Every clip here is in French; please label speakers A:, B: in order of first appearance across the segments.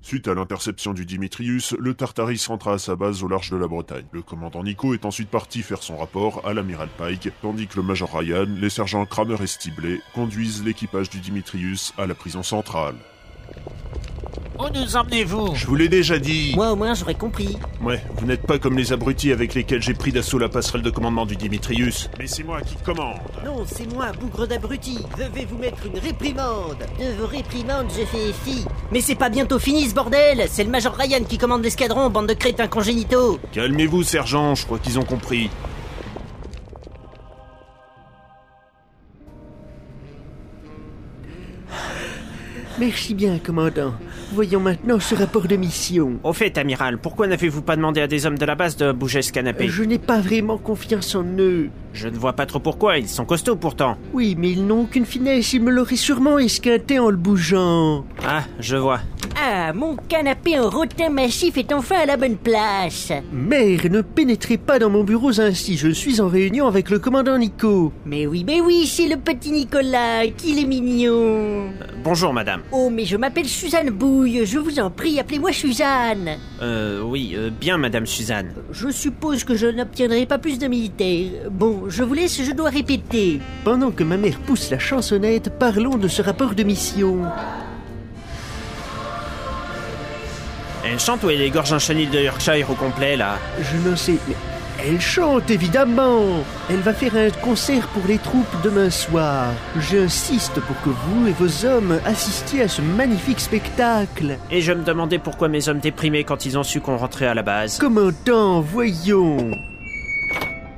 A: Suite à l'interception du Dimitrius, le Tartaris rentra à sa base au large de la Bretagne. Le commandant Nico est ensuite parti faire son rapport à l'amiral Pike, tandis que le major Ryan, les sergents Kramer et Stiblet conduisent l'équipage du Dimitrius à la prison centrale.
B: Où nous emmenez-vous
C: Je vous l'ai déjà dit
D: Moi au moins j'aurais compris.
C: Ouais, vous n'êtes pas comme les abrutis avec lesquels j'ai pris d'assaut la passerelle de commandement du Dimitrius.
A: Mais c'est moi qui commande
D: Non, c'est moi, bougre d'abruti. Je vais vous mettre une réprimande.
E: De vos réprimandes, je fais fi.
D: Mais c'est pas bientôt fini ce bordel C'est le Major Ryan qui commande l'escadron, bande de crétins congénitaux
C: Calmez-vous, sergent, je crois qu'ils ont compris.
F: Merci bien, commandant. Voyons maintenant ce rapport de mission.
G: Au fait, amiral, pourquoi n'avez-vous pas demandé à des hommes de la base de bouger ce canapé
F: Euh, Je n'ai pas vraiment confiance en eux.
G: Je ne vois pas trop pourquoi, ils sont costauds pourtant.
F: Oui, mais ils n'ont aucune finesse, ils me l'auraient sûrement esquinté en le bougeant.
G: Ah, je vois.
E: Ah, mon canapé en rotin massif est enfin à la bonne place.
F: Mère, ne pénétrez pas dans mon bureau ainsi, je suis en réunion avec le commandant Nico.
E: Mais oui, mais oui, c'est le petit Nicolas, qu'il est mignon.
G: Euh, Bonjour, madame.
E: Oh, mais je m'appelle Suzanne Bouille, je vous en prie, appelez-moi Suzanne.
G: Euh, oui, euh, bien, madame Suzanne.
E: Je suppose que je n'obtiendrai pas plus de militaires. Bon, je vous laisse, je dois répéter.
F: Pendant que ma mère pousse la chansonnette, parlons de ce rapport de mission.
G: Elle chante ou elle égorge un chenil de Yorkshire au complet, là
F: Je ne sais, mais elle chante évidemment. Elle va faire un concert pour les troupes demain soir. J'insiste pour que vous et vos hommes assistiez à ce magnifique spectacle.
G: Et je me demandais pourquoi mes hommes déprimaient quand ils ont su qu'on rentrait à la base.
F: Commandant, voyons.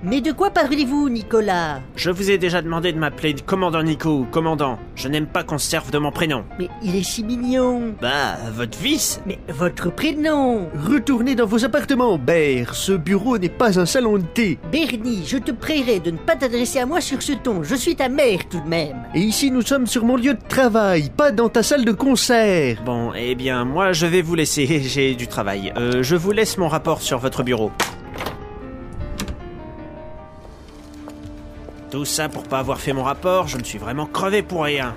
E: Mais de quoi parlez-vous, Nicolas
G: Je vous ai déjà demandé de m'appeler commandant Nico ou commandant. Je n'aime pas qu'on se serve de mon prénom.
E: Mais il est si mignon.
G: Bah, votre vice
E: Mais votre prénom
F: Retournez dans vos appartements, Bert. Ce bureau n'est pas un salon de thé.
E: Bernie, je te prierai de ne pas t'adresser à moi sur ce ton. Je suis ta mère tout de même.
F: Et ici, nous sommes sur mon lieu de travail, pas dans ta salle de concert.
G: Bon, eh bien, moi, je vais vous laisser. J'ai du travail. Euh, je vous laisse mon rapport sur votre bureau. Tout ça pour pas avoir fait mon rapport, je me suis vraiment crevé pour rien.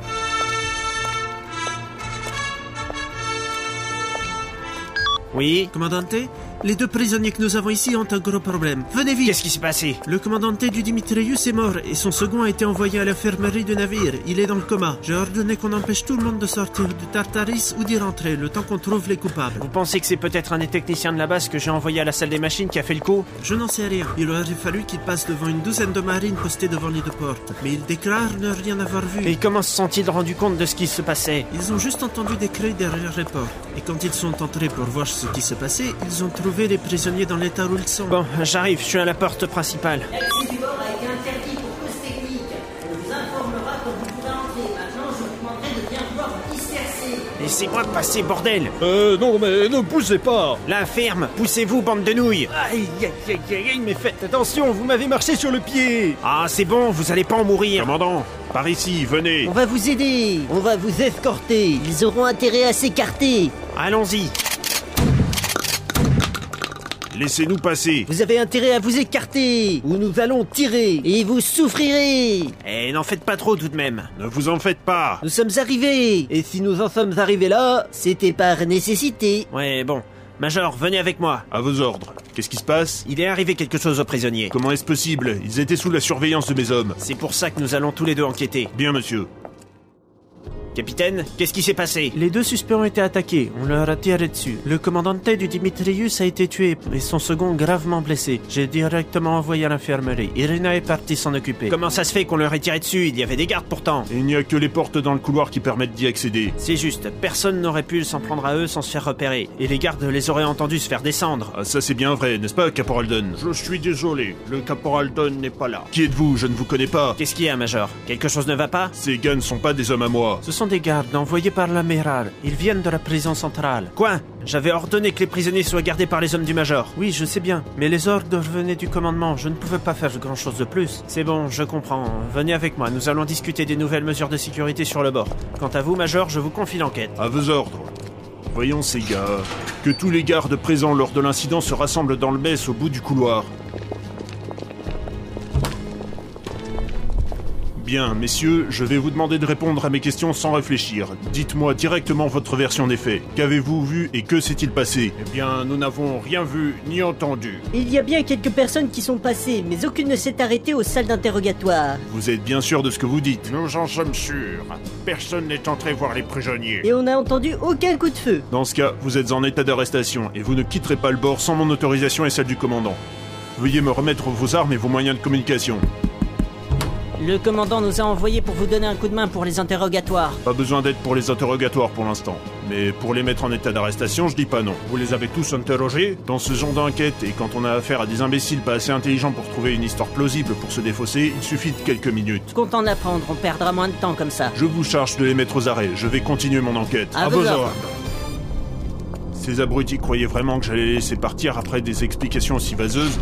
G: Oui
H: Commandante, les deux prisonniers que nous avons ici ont un gros problème. Venez vite
G: Qu'est-ce qui s'est passé
H: Le commandante du Dimitrius est mort et son second a été envoyé à l'infirmerie du navire. Il est dans le coma. J'ai ordonné qu'on empêche tout le monde de sortir du Tartaris ou d'y rentrer le temps qu'on trouve les coupables.
G: Vous pensez que c'est peut-être un des techniciens de la base que j'ai envoyé à la salle des machines qui a fait le coup
H: Je n'en sais rien. Il aurait fallu qu'il passe devant une douzaine de marines postées devant les deux portes. Mais il déclare ne rien avoir vu.
G: Et comment se sont-ils rendus compte de ce qui se passait
H: Ils ont juste entendu des cris derrière les portes. Et quand ils sont entrés pour voir ce qui se passait, ils ont trouvé les prisonniers dans l'état où ils sont.
G: Bon, j'arrive, je suis à la porte principale.
I: L'accès du bord a été interdit pour cause technique. On vous informera quand vous pourrez entrer. Maintenant, je vous demanderai de bien vouloir vous disperser.
G: Laissez-moi passer, bordel
J: Euh, non, mais ne poussez pas
G: La ferme Poussez-vous, bande de nouilles
J: Aïe, aïe, aïe, aïe, aïe, mais faites attention, vous m'avez marché sur le pied
G: Ah, c'est bon, vous allez pas en mourir
C: Commandant, par ici, venez
D: On va vous aider On va vous escorter Ils auront intérêt à s'écarter
G: Allons-y
C: Laissez-nous passer
D: Vous avez intérêt à vous écarter Ou nous allons tirer Et vous souffrirez
G: Eh, n'en faites pas trop tout de même
C: Ne vous en faites pas
D: Nous sommes arrivés Et si nous en sommes arrivés là, c'était par nécessité
G: Ouais, bon. Major, venez avec moi.
C: À vos ordres. Qu'est-ce qui se passe
G: Il est arrivé quelque chose aux prisonniers.
C: Comment est-ce possible Ils étaient sous la surveillance de mes hommes.
G: C'est pour ça que nous allons tous les deux enquêter.
C: Bien, monsieur.
G: Capitaine, qu'est-ce qui s'est passé
H: Les deux suspects ont été attaqués, on leur a tiré dessus. Le commandante du Dimitrius a été tué et son second gravement blessé. J'ai directement envoyé à l'infirmerie. Irina est partie s'en occuper.
G: Comment ça se fait qu'on leur ait tiré dessus Il y avait des gardes pourtant.
C: Il n'y a que les portes dans le couloir qui permettent d'y accéder.
G: C'est juste, personne n'aurait pu s'en prendre à eux sans se faire repérer. Et les gardes les auraient entendus se faire descendre.
C: Ah, ça c'est bien vrai, n'est-ce pas, Caporal Dunn
K: Je suis désolé, le Caporal Dunn n'est pas là.
C: Qui êtes-vous Je ne vous connais pas.
G: Qu'est-ce qu'il y a, Major Quelque chose ne va pas
C: Ces gars ne sont pas des hommes à moi.
H: Ce sont des gardes envoyés par l'amiral. Ils viennent de la prison centrale.
G: Quoi J'avais ordonné que les prisonniers soient gardés par les hommes du Major.
H: Oui, je sais bien, mais les ordres venaient du commandement. Je ne pouvais pas faire grand-chose de plus.
G: C'est bon, je comprends. Venez avec moi, nous allons discuter des nouvelles mesures de sécurité sur le bord. Quant à vous, Major, je vous confie l'enquête.
C: À vos ordres. Voyons ces gars. Que tous les gardes présents lors de l'incident se rassemblent dans le mess au bout du couloir. Bien, messieurs, je vais vous demander de répondre à mes questions sans réfléchir. Dites-moi directement votre version des faits. Qu'avez-vous vu et que s'est-il passé
K: Eh bien, nous n'avons rien vu ni entendu.
D: Il y a bien quelques personnes qui sont passées, mais aucune ne s'est arrêtée aux salles d'interrogatoire.
C: Vous êtes bien sûr de ce que vous dites
K: Nous en sommes sûrs. Personne n'est entré voir les prisonniers.
D: Et on n'a entendu aucun coup de feu.
C: Dans ce cas, vous êtes en état d'arrestation et vous ne quitterez pas le bord sans mon autorisation et celle du commandant. Veuillez me remettre vos armes et vos moyens de communication.
D: Le commandant nous a envoyés pour vous donner un coup de main pour les interrogatoires.
C: Pas besoin d'aide pour les interrogatoires pour l'instant. Mais pour les mettre en état d'arrestation, je dis pas non.
K: Vous les avez tous interrogés
C: Dans ce genre d'enquête, et quand on a affaire à des imbéciles pas assez intelligents pour trouver une histoire plausible pour se défausser, il suffit de quelques minutes.
D: Je compte en apprendre, on perdra moins de temps comme ça.
C: Je vous charge de les mettre aux arrêts, je vais continuer mon enquête.
D: À, à vos ordres.
C: Ces abrutis croyaient vraiment que j'allais les laisser partir après des explications aussi vaseuses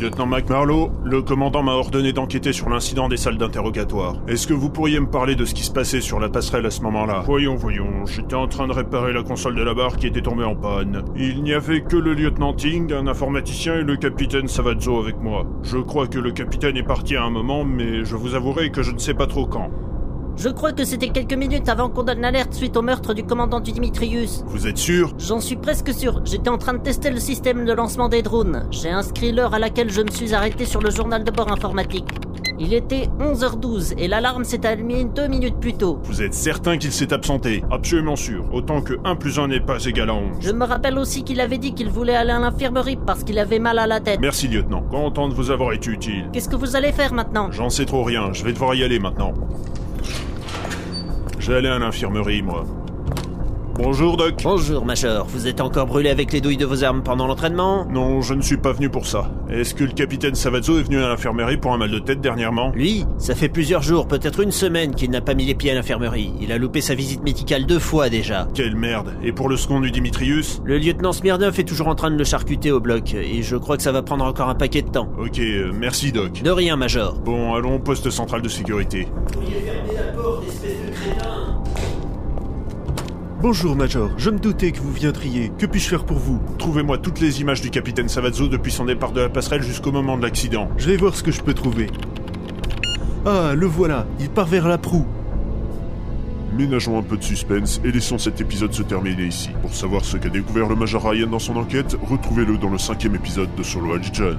C: Lieutenant McMarlowe, le commandant m'a ordonné d'enquêter sur l'incident des salles d'interrogatoire. Est-ce que vous pourriez me parler de ce qui se passait sur la passerelle à ce moment-là
K: Voyons, voyons, j'étais en train de réparer la console de la barre qui était tombée en panne. Il n'y avait que le lieutenant Ting, un informaticien et le capitaine Savazzo avec moi. Je crois que le capitaine est parti à un moment, mais je vous avouerai que je ne sais pas trop quand.
D: Je crois que c'était quelques minutes avant qu'on donne l'alerte suite au meurtre du commandant du Dimitrius.
C: Vous êtes sûr
D: J'en suis presque sûr. J'étais en train de tester le système de lancement des drones. J'ai inscrit l'heure à laquelle je me suis arrêté sur le journal de bord informatique. Il était 11h12 et l'alarme s'est allumée deux minutes plus tôt.
C: Vous êtes certain qu'il s'est absenté
K: Absolument sûr, autant que 1 plus 1 n'est pas égal à 11.
D: Je me rappelle aussi qu'il avait dit qu'il voulait aller à l'infirmerie parce qu'il avait mal à la tête.
C: Merci lieutenant, content de vous avoir été utile.
D: Qu'est-ce que vous allez faire maintenant
C: J'en sais trop rien, je vais devoir y aller maintenant. J'allais à l'infirmerie, moi. Bonjour, Doc.
L: Bonjour, Major. Vous êtes encore brûlé avec les douilles de vos armes pendant l'entraînement
C: Non, je ne suis pas venu pour ça. Est-ce que le capitaine Savazzo est venu à l'infirmerie pour un mal de tête dernièrement
L: Lui Ça fait plusieurs jours, peut-être une semaine, qu'il n'a pas mis les pieds à l'infirmerie. Il a loupé sa visite médicale deux fois déjà.
C: Quelle merde. Et pour le second du Dimitrius
L: Le lieutenant Smirnov est toujours en train de le charcuter au bloc, et je crois que ça va prendre encore un paquet de temps.
C: Ok, euh, merci, Doc.
L: De rien, Major.
C: Bon, allons au poste central de sécurité.
F: Bonjour, Major. Je me doutais que vous viendriez. Que puis-je faire pour vous
C: Trouvez-moi toutes les images du capitaine Savazzo depuis son départ de la passerelle jusqu'au moment de l'accident.
F: Je vais voir ce que je peux trouver. Ah, le voilà. Il part vers la proue.
A: Ménageons un peu de suspense et laissons cet épisode se terminer ici. Pour savoir ce qu'a découvert le Major Ryan dans son enquête, retrouvez-le dans le cinquième épisode de Solo John.